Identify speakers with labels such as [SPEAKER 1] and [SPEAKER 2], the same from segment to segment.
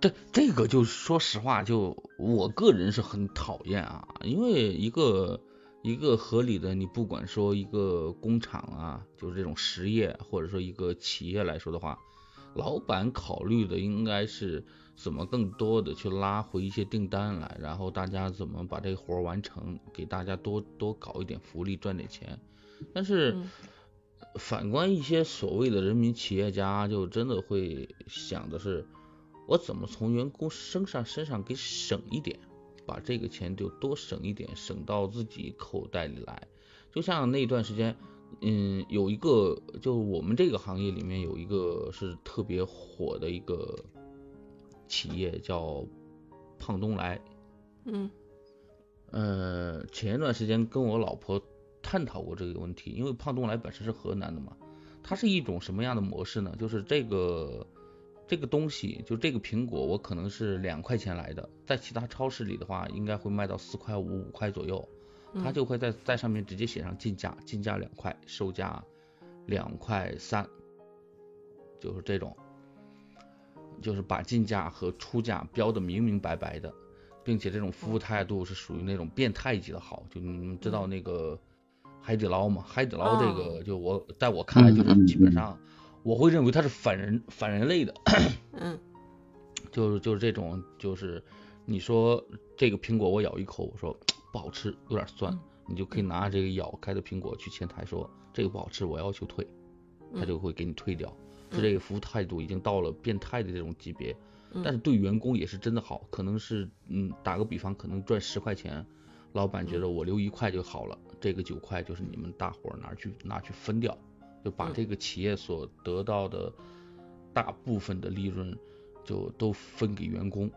[SPEAKER 1] 这这个就说实话，就我个人是很讨厌啊，因为一个一个合理的，你不管说一个工厂啊，就是这种实业或者说一个企业来说的话，老板考虑的应该是怎么更多的去拉回一些订单来，然后大家怎么把这个活儿完成，给大家多多搞一点福利，赚点钱。但是、
[SPEAKER 2] 嗯
[SPEAKER 1] 反观一些所谓的人民企业家，就真的会想的是，我怎么从员工身上身上给省一点，把这个钱就多省一点，省到自己口袋里来。就像那段时间，嗯，有一个就我们这个行业里面有一个是特别火的一个企业叫胖东来，
[SPEAKER 2] 嗯
[SPEAKER 1] 呃，前一段时间跟我老婆探讨过这个问题，因为胖东来本身是河南的嘛，它是一种什么样的模式呢？就是这个这个东西，就这个苹果，我可能是两块钱来的，在其他超市里的话，应该会卖到四块五、五块左右，它
[SPEAKER 2] 嗯
[SPEAKER 1] 就会在在上面直接写上进价，进价两块，售价两块三，就是这种，就是把进价和出价标的明明白白的，并且这种服务态度是属于那种变态级的好，就你们知道那个海底捞嘛，海底捞这个就我在我看来就是基本上我会认为它是反人反人类的，
[SPEAKER 2] 嗯
[SPEAKER 1] 就是就是这种，就是你说这个苹果我咬一口，我说不好吃，有点酸，你就可以拿这个咬开的苹果去前台说这个不好吃，我要求退，他
[SPEAKER 2] 嗯
[SPEAKER 1] 就会给你退掉。
[SPEAKER 2] 嗯
[SPEAKER 1] 是这个服务态度已经到了变态的这种级别，
[SPEAKER 2] 嗯
[SPEAKER 1] 但是对员工也是真的好，可能是嗯打个比方，可能赚十块钱，老板
[SPEAKER 2] 嗯
[SPEAKER 1] 觉得我留一块就好了，这个九块就是你们大伙儿拿去拿去分掉，就把
[SPEAKER 2] 嗯
[SPEAKER 1] 这个企业所得到的大部分的利润就都分给员工，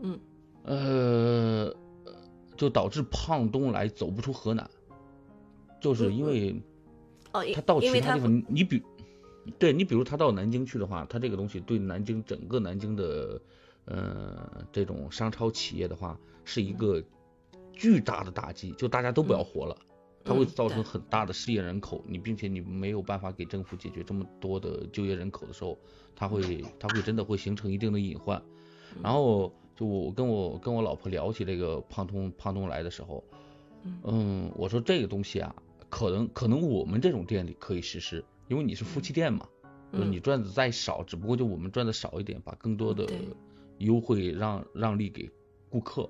[SPEAKER 2] 嗯
[SPEAKER 1] 呃，就导致胖东来走不出河南，
[SPEAKER 2] 嗯
[SPEAKER 1] 就是因为
[SPEAKER 2] 哦，因
[SPEAKER 1] 他到
[SPEAKER 2] 因
[SPEAKER 1] 其
[SPEAKER 2] 为
[SPEAKER 1] 他
[SPEAKER 2] 他
[SPEAKER 1] 地方，你你比，对你比如他到南京去的话，他这个东西对南京整个南京的呃这种商超企业的话，是一个巨大的打击，就大家都不要活了，它会
[SPEAKER 2] 嗯
[SPEAKER 1] 造成
[SPEAKER 2] 对
[SPEAKER 1] 很大的失业人口，你并且你没有办法给政府解决这么多的就业人口的时候，它
[SPEAKER 2] 嗯
[SPEAKER 1] 会它会真的会形成一定的隐患。然后就我跟我跟我老婆聊起这个胖东胖东来的时候，嗯，我说这个东西啊，可能可能我们这种店里可以实施，因为你是夫妻店嘛，就是
[SPEAKER 2] 嗯
[SPEAKER 1] 你赚的再少，只不过就我们赚的少一点，把更多的
[SPEAKER 2] 对
[SPEAKER 1] 优惠让让利给顾客。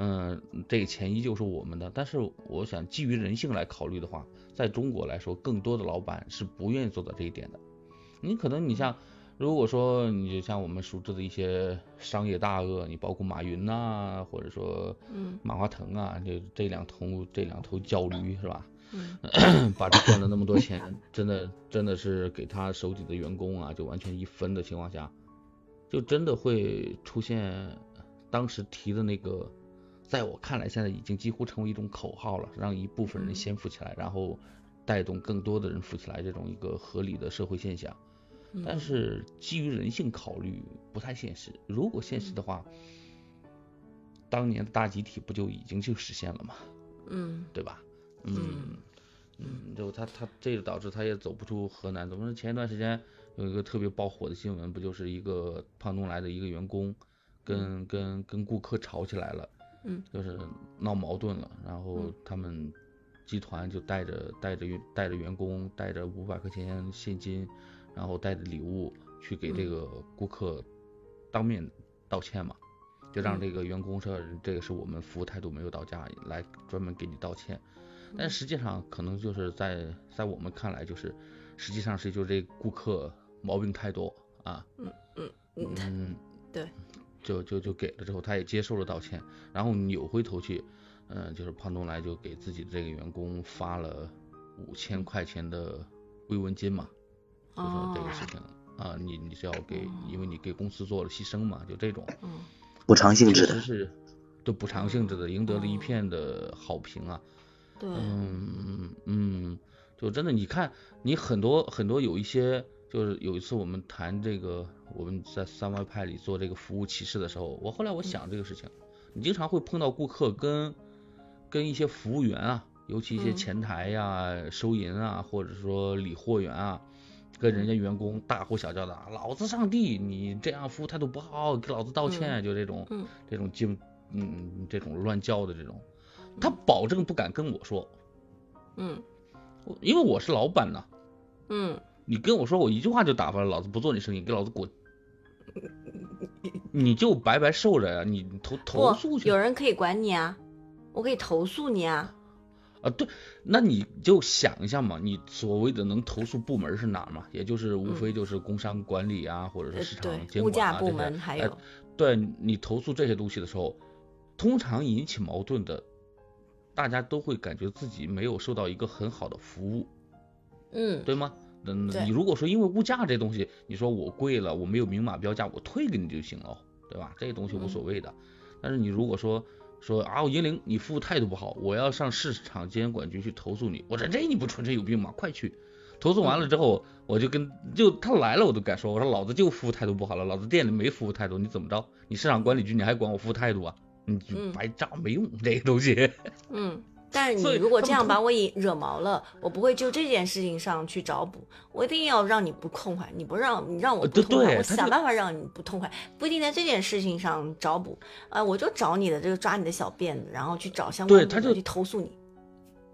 [SPEAKER 1] 嗯，这个钱依旧是我们的，但是我想基于人性来考虑的话，在中国来说，更多的老板是不愿意做到这一点的。你可能你
[SPEAKER 2] 嗯
[SPEAKER 1] 像，如果说你就像我们熟知的一些商业大鳄，你包括马云呐、或者说
[SPEAKER 2] 嗯
[SPEAKER 1] 马化腾啊，这这两头这两头叫驴是吧？
[SPEAKER 2] 嗯
[SPEAKER 1] 把他赚了那么多钱，真的真的是给他手底的员工啊，就完全一分的情况下，就真的会出现当时提的那个，在我看来现在已经几乎成为一种口号了，让一部分人
[SPEAKER 2] 嗯
[SPEAKER 1] 先富起来，然后带动更多的人富起来这种一个合理的社会现象。
[SPEAKER 2] 嗯
[SPEAKER 1] 但是基于人性考虑，不太现实。如果现实的
[SPEAKER 2] 嗯
[SPEAKER 1] 话，当年的大集体不就已经去实现了吗？
[SPEAKER 2] 嗯
[SPEAKER 1] 对吧？
[SPEAKER 2] 嗯
[SPEAKER 1] 嗯，就他他这就导致他也走不出河南。怎么说前一段时间有一个特别爆火的新闻，不就是一个胖东来的一个员工跟、跟跟顾客吵起来了，
[SPEAKER 2] 嗯，
[SPEAKER 1] 就是闹矛盾了，然后
[SPEAKER 2] 嗯
[SPEAKER 1] 他们集团就带着带着员带着员工带着五百块钱现金，然后带着礼物去给这
[SPEAKER 2] 嗯
[SPEAKER 1] 个顾客当面道歉嘛。就让
[SPEAKER 2] 嗯
[SPEAKER 1] 这个员工说，这个是我们服务态度没有到家，来专门给你道歉。
[SPEAKER 2] 嗯
[SPEAKER 1] 但实际上，可能就是在在我们看来，就是实际上是就这顾客毛病太多啊，
[SPEAKER 2] 嗯
[SPEAKER 1] 嗯，
[SPEAKER 2] 对，
[SPEAKER 1] 就就就给了之后，他也接受了道歉，然后扭回头去，嗯、就是胖东来就给自己的这个员工发了五
[SPEAKER 2] 嗯
[SPEAKER 1] 千块钱的慰问金嘛，就
[SPEAKER 2] 哦
[SPEAKER 1] 说这个事情、啊，你你是要给，因为你给公司做了牺牲嘛，就这种，
[SPEAKER 2] 嗯
[SPEAKER 3] 补偿性质
[SPEAKER 1] 确实，
[SPEAKER 3] 的
[SPEAKER 1] 是对补偿性质的，赢得了一片的好评啊。
[SPEAKER 2] 对
[SPEAKER 1] 嗯嗯，就真的，你看，你很多很多有一些，就是有一次我们谈这个，我们在三外派里做这个服务歧视的时候，我后来
[SPEAKER 2] 嗯
[SPEAKER 1] 我想这个事情，你经常会碰到顾客跟跟一些服务员啊，尤其一些
[SPEAKER 2] 嗯
[SPEAKER 1] 前台呀、收银啊，或者说理货员啊，跟人家
[SPEAKER 2] 嗯
[SPEAKER 1] 员工大呼小叫的，老子上帝，你这样服务态度不好，给老子道歉，就这种
[SPEAKER 2] 嗯
[SPEAKER 1] 这种基本嗯这种乱叫的这种，他保证不敢跟我说，
[SPEAKER 2] 嗯
[SPEAKER 1] 我因为我是老板呐，
[SPEAKER 2] 嗯，
[SPEAKER 1] 你跟我说我一句话就打发了，老子不做你生意，给老子滚。
[SPEAKER 2] 嗯
[SPEAKER 1] 你就白白受着呀、你投投
[SPEAKER 2] 不
[SPEAKER 1] 诉，去
[SPEAKER 2] 有人可以管你啊，我可以投诉你啊。
[SPEAKER 1] 啊！对，那你就想一下嘛，你所谓的能投诉部门是哪儿嘛？也就是无
[SPEAKER 2] 嗯
[SPEAKER 1] 非就是工商管理啊，或者
[SPEAKER 2] 呃
[SPEAKER 1] 是市场
[SPEAKER 2] 对，
[SPEAKER 1] 监
[SPEAKER 2] 物
[SPEAKER 1] 管啊
[SPEAKER 2] 价部
[SPEAKER 1] 这些
[SPEAKER 2] 门还
[SPEAKER 1] 哎
[SPEAKER 2] 有，
[SPEAKER 1] 对你投诉这些东西的时候，通常引起矛盾的，大家都会感觉自己没有受到一个很好的服务，
[SPEAKER 2] 嗯
[SPEAKER 1] 对吗？那那
[SPEAKER 2] 对
[SPEAKER 1] 你如果说因为物价这东西，你说我贵了，我没有明码标价，我退给你就行了，对吧？这些东西
[SPEAKER 2] 嗯
[SPEAKER 1] 无所谓的。但是你如果说说啊，我银铃你服务态度不好，我要上市场监管局去投诉你，我说这你不纯粹有病吗？快去！投诉
[SPEAKER 2] 嗯
[SPEAKER 1] 完了之后，我就跟就他来了，我都敢说，我说老子就服务态度不好了，老子店里没服务态度，你怎么着？你市场管理局你还管我服务态度啊？你就
[SPEAKER 2] 嗯
[SPEAKER 1] 白账没用，这个东西。
[SPEAKER 2] 嗯。但是
[SPEAKER 1] 所
[SPEAKER 2] 你
[SPEAKER 1] 以
[SPEAKER 2] 如果
[SPEAKER 1] 他
[SPEAKER 2] 这
[SPEAKER 1] 们
[SPEAKER 2] 样
[SPEAKER 1] 通
[SPEAKER 2] 把我引惹毛了，我不会就这件事情上去找补，我一定要让你不痛快，你不让你让我
[SPEAKER 1] 呃
[SPEAKER 2] 不
[SPEAKER 1] 对
[SPEAKER 2] 痛快，
[SPEAKER 1] 对
[SPEAKER 2] 我
[SPEAKER 1] 他
[SPEAKER 2] 想
[SPEAKER 1] 就
[SPEAKER 2] 办法让你不痛快，不一定在这件事情上找补，啊，我就找你的这个抓你的小辫子，然后去找相关
[SPEAKER 1] 对
[SPEAKER 2] 部
[SPEAKER 1] 他
[SPEAKER 2] 门
[SPEAKER 1] 就
[SPEAKER 2] 去投诉你，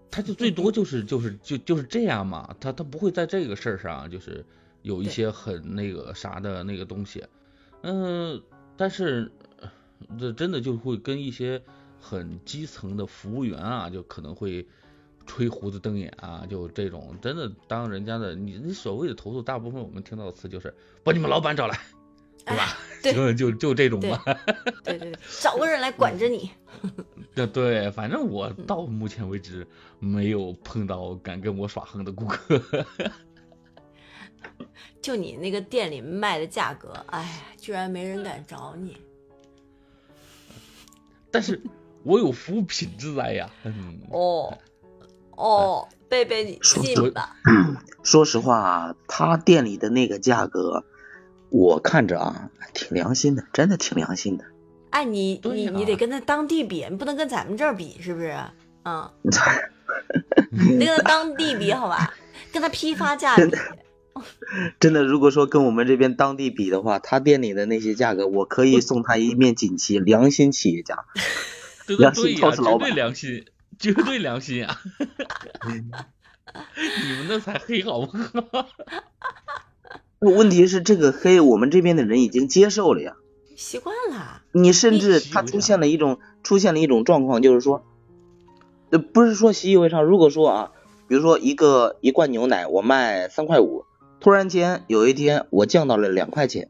[SPEAKER 1] 他
[SPEAKER 2] 嗯
[SPEAKER 1] 就最多就是就是就就是这样嘛，他他不会在这个事儿上就是有一
[SPEAKER 2] 对
[SPEAKER 1] 些很那个啥的那个东西，嗯、但是呃这真的就会跟一些很基层的服务员啊，就可能会吹胡子瞪眼啊，就这种真的当人家的你你所谓的投诉，大部分我们听到的词就是把你们老板找来，对吧？
[SPEAKER 2] 哎对
[SPEAKER 1] 就就就这种
[SPEAKER 2] 对
[SPEAKER 1] 吧。
[SPEAKER 2] 对对对，找个人来管
[SPEAKER 1] 嗯
[SPEAKER 2] 着你，
[SPEAKER 1] 对 对，反正我
[SPEAKER 2] 嗯
[SPEAKER 1] 到目前为止没有碰到敢跟我耍横的顾客。
[SPEAKER 2] 就你那个店里卖的价格，哎呀，居然没人敢找你。
[SPEAKER 1] 但是我有服务品质在呀。嗯，
[SPEAKER 2] 哦，哦，贝贝，你
[SPEAKER 1] 说
[SPEAKER 2] 信吧。
[SPEAKER 3] 说实话啊，他店里的那个价格，我看着啊，挺良心的，真的挺良心的。
[SPEAKER 2] 哎，你
[SPEAKER 1] 对
[SPEAKER 2] 你
[SPEAKER 1] 呀
[SPEAKER 2] 你得跟他当地比，你不能跟咱们这儿比，是不是？嗯，你得跟他当地比，好 吧？跟他批发价比，
[SPEAKER 3] 真的，如果说跟我们这边当地比的话，他店里的那些价格，我可以送他一面锦旗，良心企业家。
[SPEAKER 1] 对
[SPEAKER 3] 良
[SPEAKER 1] 对呀，
[SPEAKER 3] 心超市
[SPEAKER 1] 绝
[SPEAKER 3] 老
[SPEAKER 1] 对
[SPEAKER 3] 板
[SPEAKER 1] 良心，绝对良心啊！
[SPEAKER 3] 嗯
[SPEAKER 1] 你们那才黑好不好？
[SPEAKER 3] 问题是这个黑，我们这边的人已经接受了呀。
[SPEAKER 2] 习惯了。
[SPEAKER 3] 你甚至
[SPEAKER 1] 习以
[SPEAKER 3] 他
[SPEAKER 1] 为
[SPEAKER 3] 出
[SPEAKER 1] 常
[SPEAKER 3] 现了一种出现了一种状况，就是说，呃，不是说习以为常。如果说啊，比如说一个一罐牛奶我卖三块五，突然间有一天我降到了两块钱，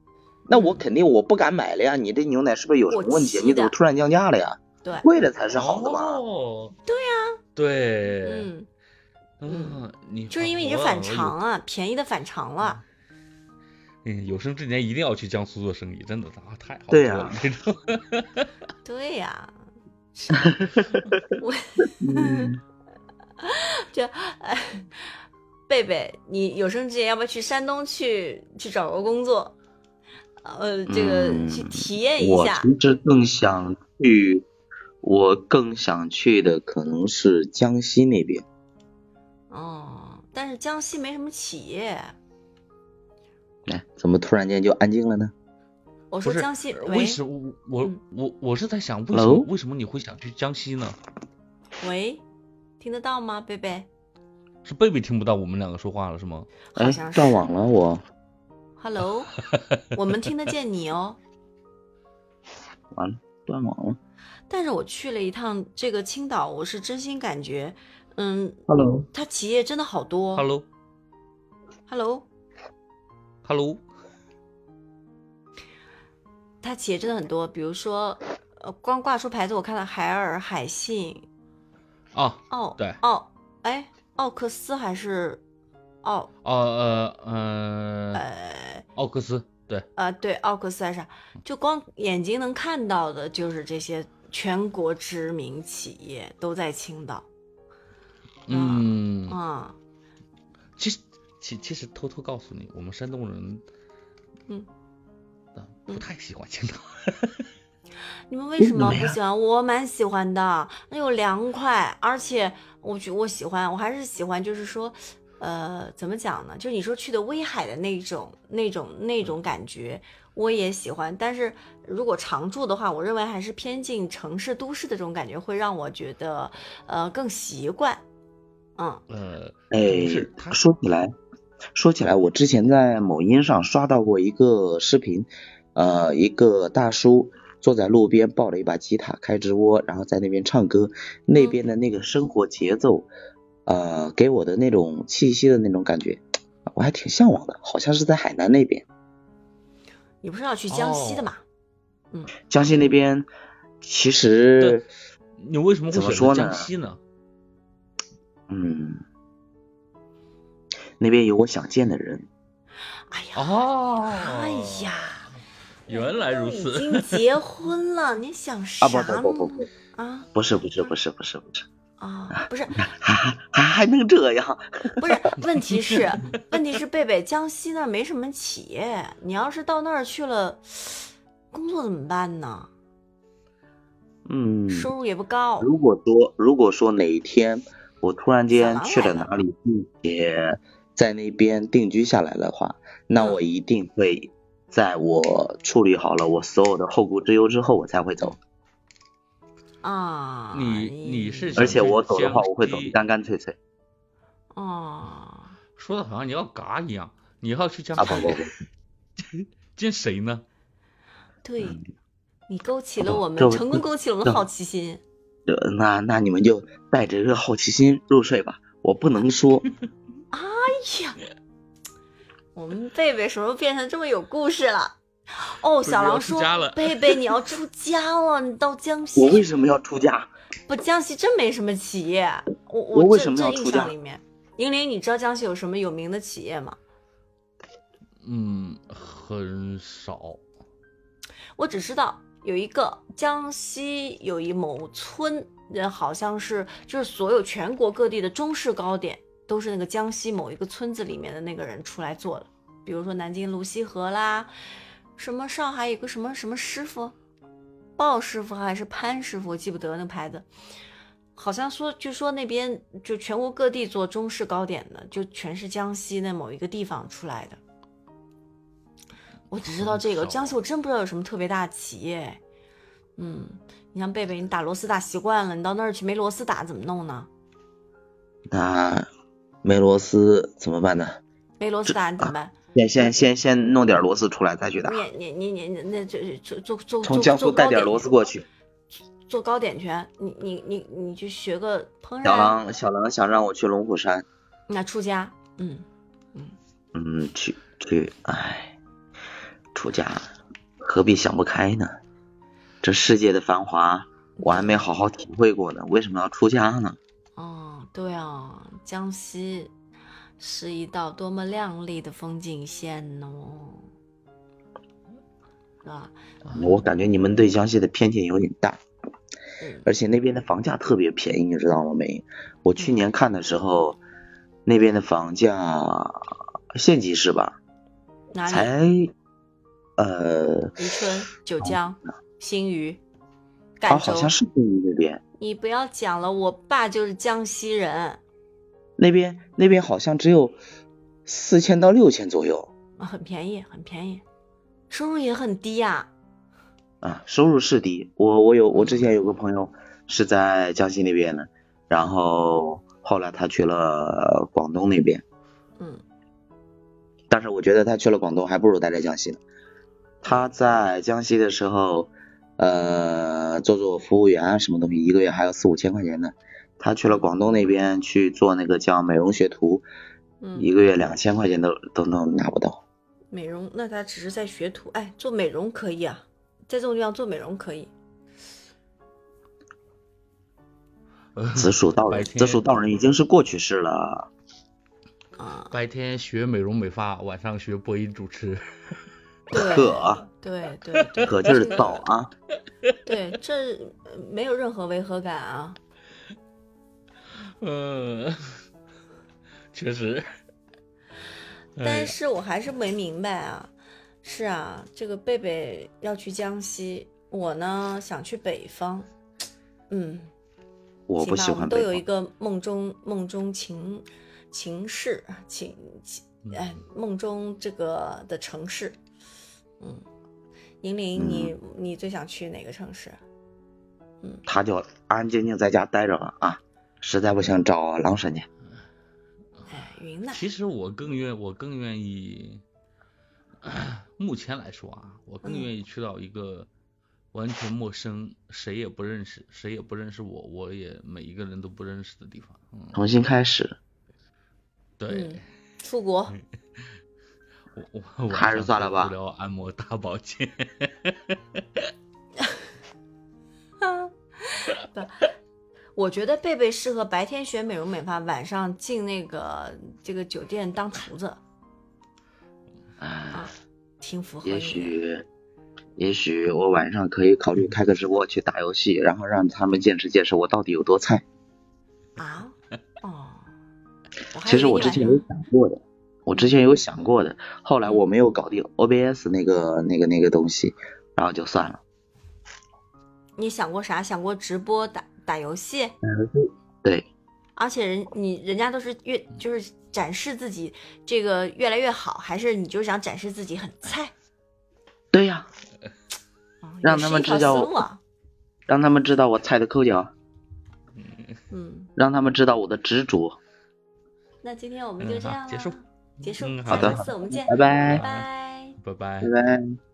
[SPEAKER 3] 那我
[SPEAKER 2] 嗯
[SPEAKER 3] 肯定我不敢买了呀。你这牛奶是不是有什么问题
[SPEAKER 2] 过
[SPEAKER 3] 啊？
[SPEAKER 2] 期
[SPEAKER 3] 你怎么
[SPEAKER 2] 的
[SPEAKER 3] 突然降价了呀？
[SPEAKER 2] 对，
[SPEAKER 3] 贵了才是好的嘛。
[SPEAKER 1] 哦，对呀，对，
[SPEAKER 2] 嗯，
[SPEAKER 1] 嗯，你
[SPEAKER 2] 就是因为你
[SPEAKER 1] 这
[SPEAKER 2] 这反常。啊，便宜的反常
[SPEAKER 1] 嗯我
[SPEAKER 2] 了。
[SPEAKER 1] 有嗯，有生之年一定要去江苏做生意，真的啊，太好
[SPEAKER 3] 对
[SPEAKER 1] 做
[SPEAKER 3] 呀
[SPEAKER 1] 了这种。
[SPEAKER 2] 对呀、我
[SPEAKER 3] 嗯，
[SPEAKER 2] 这，哎，贝贝，你有生之年要不要去山东去去找个工作？呃，这个、去
[SPEAKER 3] 嗯
[SPEAKER 2] 体验一
[SPEAKER 3] 我
[SPEAKER 2] 下。
[SPEAKER 3] 其实更想去，我更想去的可能是江西那边。
[SPEAKER 2] 哦，但是江西没什么企业。
[SPEAKER 3] 哎，怎么突然间就安静了呢？
[SPEAKER 2] 我
[SPEAKER 1] 不
[SPEAKER 2] 说
[SPEAKER 1] 是
[SPEAKER 2] 江西，
[SPEAKER 1] 呃
[SPEAKER 2] 喂
[SPEAKER 1] 为什么我
[SPEAKER 2] 嗯
[SPEAKER 1] 我我是在想，为什么
[SPEAKER 3] Hello？
[SPEAKER 1] 为什么你会想去江西呢？
[SPEAKER 2] 喂，听得到吗，贝贝
[SPEAKER 1] 是贝贝听不到我们两个说话了是吗？
[SPEAKER 2] 好
[SPEAKER 3] 哎
[SPEAKER 2] 像，
[SPEAKER 3] 断
[SPEAKER 2] 是
[SPEAKER 3] 网了我，
[SPEAKER 2] ？Hello，我们听得见你哦。
[SPEAKER 3] 完了，断网了。
[SPEAKER 2] 但是我去了一趟这个青岛，我是真心感觉，嗯，
[SPEAKER 3] Hello，
[SPEAKER 2] 它企业真的好多。
[SPEAKER 1] Hello
[SPEAKER 2] Hello，
[SPEAKER 1] Hello，
[SPEAKER 2] 它企业真的很多，比如说，呃，光挂出牌子，我看到海尔、海信、
[SPEAKER 1] 啊，
[SPEAKER 2] 奥
[SPEAKER 1] 对
[SPEAKER 2] 奥，哎，奥克斯还是奥
[SPEAKER 1] 哦呃呃，奥克斯，对，
[SPEAKER 2] 啊，对，奥克赛上，就光眼睛能看到的，就是这些全国知名企业都在青岛
[SPEAKER 1] 嗯，
[SPEAKER 2] 啊、
[SPEAKER 1] 其实其其实偷偷告诉你，我们山东人，
[SPEAKER 2] 嗯
[SPEAKER 1] 啊，
[SPEAKER 2] 嗯
[SPEAKER 1] 不太喜欢青岛，
[SPEAKER 2] 你们为什
[SPEAKER 3] 真
[SPEAKER 2] 么
[SPEAKER 3] 的
[SPEAKER 2] 不
[SPEAKER 3] 呀
[SPEAKER 2] 喜欢？我蛮喜欢的，那又凉快，而且我觉我喜欢，我还是喜欢，就是说，呃，怎么讲呢？就是你说去的威海的那种、那种、那种感觉，我也喜欢。但是如果常住的话，我认为还是偏近城市、都市的这种感觉，会让我觉得呃更习惯。嗯，
[SPEAKER 1] 呃，
[SPEAKER 3] 哎
[SPEAKER 1] 不是，他
[SPEAKER 3] 说起来，说起来，我之前在某音上刷到过一个视频，呃，一个大叔坐在路边抱着一把吉他开直播，然后在那边唱歌，
[SPEAKER 1] 嗯
[SPEAKER 3] 那边的那个生活节奏，呃，给我的那种气息的那种感觉，我还挺向往的，好像是在海南那边，
[SPEAKER 2] 你不是要去江西的嘛？
[SPEAKER 3] 江西那边其实，
[SPEAKER 1] 你为什么会
[SPEAKER 3] 怎么
[SPEAKER 1] 选
[SPEAKER 3] 说
[SPEAKER 1] 择
[SPEAKER 3] 呢
[SPEAKER 1] 江西呢？
[SPEAKER 3] 嗯，那边有我想见的人，
[SPEAKER 2] 哎呀，
[SPEAKER 1] 哦，
[SPEAKER 2] 哎呀，
[SPEAKER 1] 原来如
[SPEAKER 2] 都已
[SPEAKER 1] 此。
[SPEAKER 2] 经结婚了，你想啥
[SPEAKER 3] 啊
[SPEAKER 2] 呢？
[SPEAKER 3] 不不不不不
[SPEAKER 2] 啊
[SPEAKER 3] 不是不是不是不是不是，
[SPEAKER 2] 啊，不是
[SPEAKER 3] 还还还能这样。
[SPEAKER 2] 不是，问题是问题是贝贝，江西那儿没什么企业，你要是到那儿去了，工作怎么办呢？
[SPEAKER 3] 嗯，
[SPEAKER 2] 收入也不高。
[SPEAKER 3] 如果说如果说哪一天我突然间
[SPEAKER 2] 小狼
[SPEAKER 3] 去
[SPEAKER 2] 来
[SPEAKER 3] 了
[SPEAKER 2] 了
[SPEAKER 3] 哪里，并且在那边定居下来的话，那
[SPEAKER 2] 嗯
[SPEAKER 3] 我一定会在我处理好了我所有的后顾之忧之后，我才会走。
[SPEAKER 2] 啊，
[SPEAKER 1] 你你是
[SPEAKER 3] 而且我走的话，
[SPEAKER 1] 江西
[SPEAKER 3] 我会走得干干脆脆。
[SPEAKER 2] 哦，
[SPEAKER 1] 说的好像你要嘎一样，你要去江
[SPEAKER 3] 啊
[SPEAKER 1] 西
[SPEAKER 3] 不不不，
[SPEAKER 1] 见谁呢？
[SPEAKER 2] 对，你勾起了
[SPEAKER 3] 不
[SPEAKER 2] 我们
[SPEAKER 3] 嗯这嗯
[SPEAKER 2] 成功勾起了我们的
[SPEAKER 3] 这
[SPEAKER 2] 好奇心。
[SPEAKER 3] 呃那那你们就带着这个好奇心入睡吧。我不能 说，
[SPEAKER 2] 哎呀，我们贝贝什么时候变成这么有故事了？哦，小
[SPEAKER 1] 我要
[SPEAKER 2] 狼
[SPEAKER 1] 出
[SPEAKER 2] 说
[SPEAKER 1] 家了
[SPEAKER 2] 贝贝你要出家了，你到江西
[SPEAKER 3] 我为什么要出家？
[SPEAKER 2] 不，江西真没什么企业。我
[SPEAKER 3] 我为
[SPEAKER 2] 这
[SPEAKER 3] 什么要
[SPEAKER 2] 这
[SPEAKER 3] 出
[SPEAKER 2] 印象
[SPEAKER 3] 家
[SPEAKER 2] 里面，英玲，你知道江西有什么有名的企业吗？
[SPEAKER 1] 嗯，很少。
[SPEAKER 2] 我只知道有一个江西有一某村，呃，好像是就是所有全国各地的中式糕点都是那个江西某一个村子里面的那个人出来做的，比如说南京泸溪河啦，什么上海有个什么什么师傅，鲍师傅还是潘师傅，我记不得那个牌子。好像说，据说那边就全国各地做中式糕点的，就全是江西那某一个地方出来的。我只知道这个
[SPEAKER 1] 很少
[SPEAKER 2] 江西，我真不知道有什么特别大的企业。嗯，你像贝贝，你打螺丝打习惯了，你到那儿去没螺丝打怎么弄呢？
[SPEAKER 3] 那没螺丝怎么办呢？
[SPEAKER 2] 没螺丝打你怎么办？
[SPEAKER 3] 先先先先弄点螺丝出来再去打，
[SPEAKER 2] 你你你你那就做做做
[SPEAKER 3] 从江苏带点螺丝过去。
[SPEAKER 2] 做糕点去，你你你你去学个烹饪，
[SPEAKER 3] 小
[SPEAKER 2] 啊
[SPEAKER 3] 狼，小狼想让我去龙虎山，
[SPEAKER 2] 那出家，嗯，
[SPEAKER 3] 嗯，去去，哎，出家，何必想不开呢？这世界的繁华，我还没好好体会过呢，为什么要出家呢？
[SPEAKER 2] 哦，对啊，江西是一道多么亮丽的风景线哦，是吧？
[SPEAKER 3] 我感觉你们对江西的偏见有点大，
[SPEAKER 2] 嗯，
[SPEAKER 3] 而且那边的房价特别便宜，你知道吗？梅，我去
[SPEAKER 2] 嗯
[SPEAKER 3] 年看的时候，那边的房价县级市吧，
[SPEAKER 2] 哪里？
[SPEAKER 3] 才，呃，
[SPEAKER 2] 宜春、九江、新余、
[SPEAKER 3] 啊，
[SPEAKER 2] 赣州
[SPEAKER 3] 好，像是你那边。
[SPEAKER 2] 你不要讲了，我爸就是江西人。
[SPEAKER 3] 那边那边好像只有四千到六千左右
[SPEAKER 2] 啊，很便宜，很便宜，收入也很低呀、
[SPEAKER 3] 啊，收入是低。我我有我之前有个朋友是在江西那边的，然后后来他去了广东那边，
[SPEAKER 2] 嗯，
[SPEAKER 3] 但是我觉得他去了广东还不如待在江西呢。他在江西的时候，呃，做做服务员啊，什么东西，一个月还要四五千块钱呢。他去了广东那边去做那个叫美容学徒，
[SPEAKER 2] 嗯
[SPEAKER 3] 一个月两千块钱都都都拿不到。
[SPEAKER 2] 美容，那他只是在学徒，哎，做美容可以啊，在这种地方做美容可以。
[SPEAKER 3] 紫薯道
[SPEAKER 1] 白
[SPEAKER 3] 人，
[SPEAKER 1] 天
[SPEAKER 3] 紫薯道人已经是过去式了。
[SPEAKER 1] 白天学美容美发，晚上学播音主持。
[SPEAKER 3] 可啊，
[SPEAKER 2] 对对对，
[SPEAKER 3] 可劲儿
[SPEAKER 2] 这
[SPEAKER 3] 造啊！
[SPEAKER 2] 对，这呃没有任何违和感啊。
[SPEAKER 1] 嗯， 确实。哎
[SPEAKER 2] 但是我还是没明白啊。是啊，这个贝贝要去江西，我呢想去北方。嗯，
[SPEAKER 3] 我不喜
[SPEAKER 2] 行吧我
[SPEAKER 3] 欢
[SPEAKER 2] 们都有
[SPEAKER 3] 北
[SPEAKER 2] 一
[SPEAKER 3] 方，
[SPEAKER 2] 个梦中梦中情秦氏，秦秦哎
[SPEAKER 1] 嗯，
[SPEAKER 2] 梦中这个的城市，嗯，银
[SPEAKER 3] 嗯
[SPEAKER 2] 铃，你你最想去哪个城市？
[SPEAKER 3] 他就安安静静在家待着吧啊，实在不行找狼婶去。
[SPEAKER 2] 哎，云南，
[SPEAKER 1] 其实我更愿我更愿意， 目前来说啊，我更
[SPEAKER 2] 嗯
[SPEAKER 1] 愿意去到一个完全陌生、谁也不认识、谁也不认识我，我也每一个人都不认识的地方。嗯，
[SPEAKER 3] 重新开始，
[SPEAKER 1] 对，
[SPEAKER 2] 出国，
[SPEAKER 3] 嗯
[SPEAKER 2] 嗯
[SPEAKER 1] 我我我
[SPEAKER 3] 还是
[SPEAKER 1] 想
[SPEAKER 3] 算了吧
[SPEAKER 1] 无聊按摩大保健。
[SPEAKER 2] 我觉得贝贝适合白天学美容美发，晚上进那个这个酒店当厨子，啊
[SPEAKER 3] 哎，
[SPEAKER 2] 挺符合你
[SPEAKER 3] 也
[SPEAKER 2] 的。
[SPEAKER 3] 许，也许我晚上可以考虑开个直播去打游戏，然后让他们见识见识我到底有多菜。
[SPEAKER 2] 啊， 哦，我还
[SPEAKER 3] 其实
[SPEAKER 2] 以为
[SPEAKER 3] 我
[SPEAKER 2] 你
[SPEAKER 3] 之
[SPEAKER 2] 晚上
[SPEAKER 3] 前有想过的，我之前有想过的，后来我没有搞定 OBS 那个那个那个东西，然后就算了。
[SPEAKER 2] 你想过啥？想过直播打打游戏，
[SPEAKER 3] 对，
[SPEAKER 2] 而且人你人家都是越就是展示自己这个越来越好，还是你就想展示自己很菜？
[SPEAKER 3] 对呀、
[SPEAKER 2] 啊，
[SPEAKER 3] 让
[SPEAKER 2] 也
[SPEAKER 3] 他
[SPEAKER 2] 是
[SPEAKER 3] 们
[SPEAKER 2] 一条
[SPEAKER 3] 知道
[SPEAKER 2] 思路啊。
[SPEAKER 3] 让他们知道我菜的抠脚，
[SPEAKER 2] 嗯，
[SPEAKER 3] 让他们知道我的执着。
[SPEAKER 2] 那今天我们就
[SPEAKER 1] 嗯
[SPEAKER 2] 这
[SPEAKER 1] 好
[SPEAKER 2] 样
[SPEAKER 1] 结
[SPEAKER 2] 啦
[SPEAKER 1] 束，
[SPEAKER 2] 结束，
[SPEAKER 1] 嗯
[SPEAKER 2] 下
[SPEAKER 1] 好
[SPEAKER 3] 的
[SPEAKER 2] 次我们见，
[SPEAKER 3] 拜
[SPEAKER 2] 拜
[SPEAKER 3] 拜
[SPEAKER 2] 拜
[SPEAKER 1] 拜拜
[SPEAKER 3] 拜。拜。